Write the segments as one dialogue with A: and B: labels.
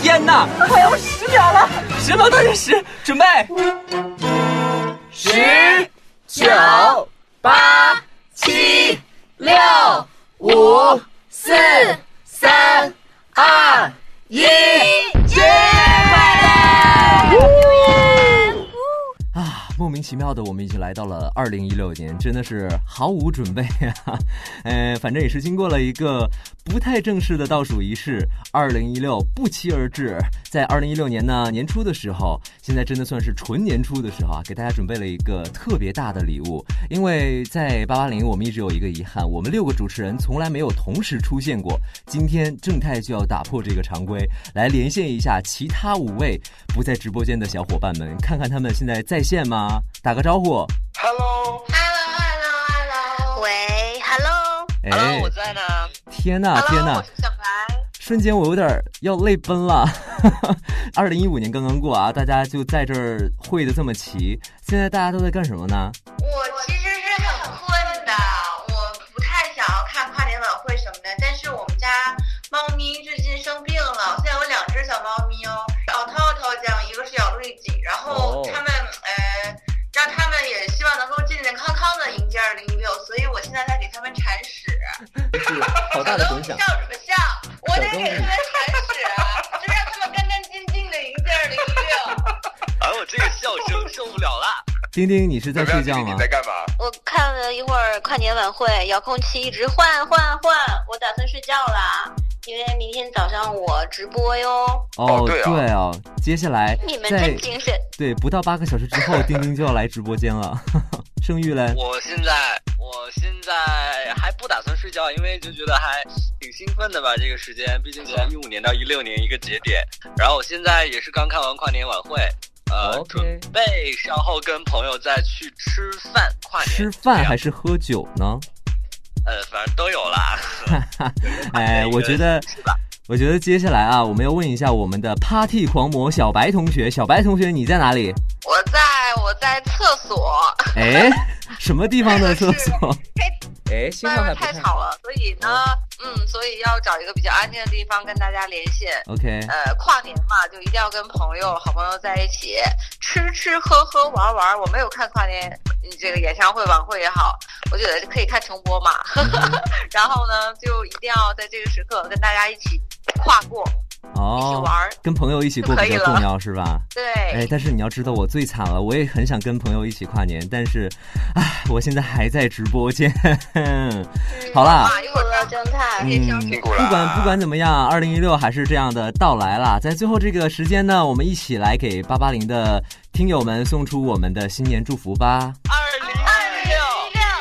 A: 天哪！
B: 还有十秒了，
A: 十秒倒计时，准备，
C: 十、九、八、七、六、五、四、三、二、一，
A: 耶！快乐！啊，莫名其妙的，我们已经来到了二零一六年，真的是毫无准备啊！ 呃，反正也是经过了一个不太正式的倒数仪式，二零一六不期而至。在二零一六年呢年初的时候，现在真的算是纯年初的时候啊，给大家准备了一个特别大的礼物。因为在八八零，我们一直有一个遗憾，我们六个主持人从来没有同时出现过。今天正太就要打破这个常规，来连线一下其他五位不在直播间的小伙伴们，看看他们现在在线吗？打个招呼。
D: Hello，
C: Hello，Hello，Hello，
B: 喂，Hello，
A: 哎，
D: 我在呢。
A: 天呐，天呐！
C: 小白。
A: 瞬间我有点儿要泪奔了。二零一五年刚刚过啊，大家就在这儿会的这么齐，现在大家都在干什么呢？
C: 我其实是很困的，我不太想要看跨年晚会什么的，但是我们家猫咪最近生病了，现在有两只小猫咪哦，小涛涛酱，一个是小瑞吉，然
A: 哦
C: 后他们、呃，让他们也希望能够健健康康的迎接二零一六，所以我现在在给他们铲屎，
A: 是好
C: 小东西笑什么笑？我得给他们铲屎啊，就让他们干干净净的迎接二零一六。
D: 哎，我这个笑声受不了了。
A: 丁丁，你是 在
D: 怎么样
A: 睡觉
D: 弟弟
A: 吗
D: 你？在干嘛？
B: 我看了一会儿跨年晚会，遥控器一直换换换，我打算睡觉啦，因为明天早上我直播哟。
A: 哦，
D: 哦对啊
A: 哦，接下来
B: 你们
A: 在
B: 真精神，
A: 对不到八个小时之后，丁丁就要来直播间了。 生育嘞，
E: 我现在我现在还不打算睡觉，因为就觉得还挺兴奋的吧。这个时间，毕竟从一五年到一六年一个节点，然后我现在也是刚看完跨年晚会，呃
A: OK
E: 准备稍后跟朋友再去吃饭跨年，
A: 吃饭还
E: 是
A: 是喝酒呢？
E: 呃，反正都有啦。
A: 哎，我觉得
E: 是吧？
A: 我觉得接下来啊，我们要问一下我们的 Party 狂魔小白同学，小白同学你在哪里？
C: 我在我在厕所，
A: 哎，什么地方的厕所？哎，信
C: 外面太吵了，所以呢，嗯，所以要找一个比较安静的地方跟大家连线。
A: OK，
C: 呃，跨年嘛，就一定要跟朋友、好朋友在一起吃吃喝喝玩玩。我没有看跨年嗯这个演唱会、晚会也好，我觉得可以看重播嘛。然后呢，就一定要在这个时刻跟大家一起跨过，一起
A: 哦
C: 玩，儿。
A: 跟朋友一起过比较重要是吧？
C: 对，
A: 哎，但是你要知道，我最惨了，我也很想跟朋友一起跨年，但是，唉，我现在还在直播间。
D: 嗯
A: 好啦，
C: 啊，一会儿
B: 正太
C: 谢谢
A: 嗯
D: 辛苦了。
A: 不管不管怎么样，二零一六还是这样的到来啦。在最后这个时间呢，我们一起来给八八零的听友们送出我们的新年祝福吧！
D: 二零二六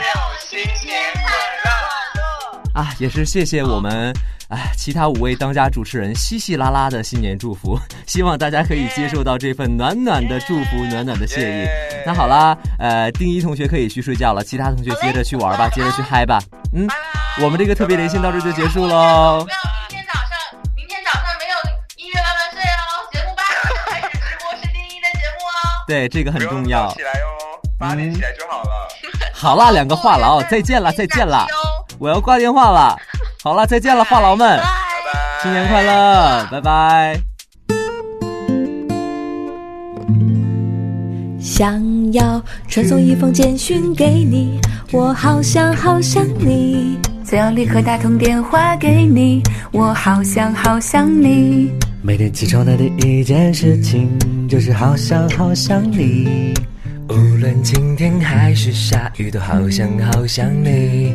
D: 六新年快乐！
A: 啊，也是谢谢我们哎其他五位当家主持人稀稀拉拉的新年祝福， 希望大家可以接受到这份暖暖的祝福，暖暖的谢意。
D: 耶
A: 那好啦，呃，丁一同学可以去睡觉了，其他同学接着去玩吧，接着去嗨吧。嗯，我们这个特别连线到这就结束喽
C: 没。有，明天早上，明天早上没有音乐万万岁哦，节目八还是直播是第一的节目哦。
A: 对，这个很
D: 不用
A: 重要嗯
D: 早。起来哟，八点起来就好了。
A: 好啦，两个话痨，哦再见啦，再见啦，我要挂电话啦。好啦，再见了，话痨们，
D: 哦拜拜，
A: 新年快！乐，拜拜。
F: 想要传送一封简讯给你，我好想好想你。
G: 想要立刻打通电话给你，我好想好想你。
H: 每天起床的第一件事情就是好想好想你，无论晴天还是下雨，都好想好想你。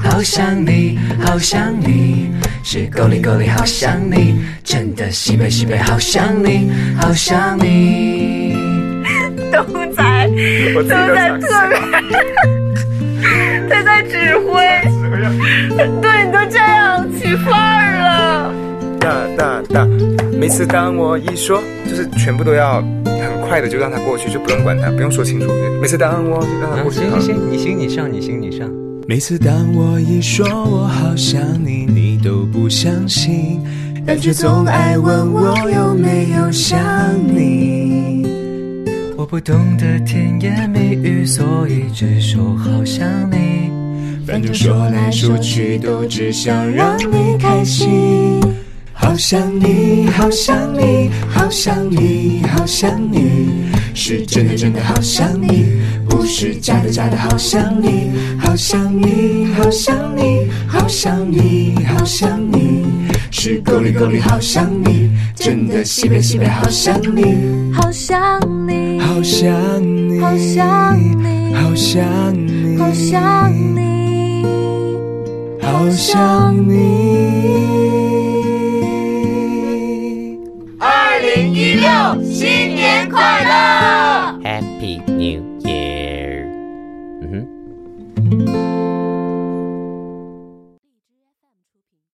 H: 好想你，好想你，是够力够力好想你，真的西北西北好想你，好想你。
G: 东仔，
D: 我自己都想死了。
G: 他在指挥，对你都这样起范儿了。
H: 哒哒哒。每次当我一说，就是全部都要很快的就让它过去，就不用管它，不用说清楚。每次当我就让它
A: 啊，
H: 过去。
A: 行行行，你行你上，你行你上。
H: 每次当我一说我好想你，你都不相信，但却总爱问我有没有想你。我不懂得甜言蜜语，所以只说好想你。反正说来说去都只想让你开心。好想你，好想你，好想你，好想你，是真的真的好想你，不是假的假的好想你，好想你，好想你，好想你，好想你，是够力够力好想你，真的西北西北好想你，
F: 好想你，
H: 好想你，
F: 好想你
H: 好想你，
F: 好想你，
H: 好想你。
D: 二零一六新年快乐！
I: Happy New Year。嗯哼。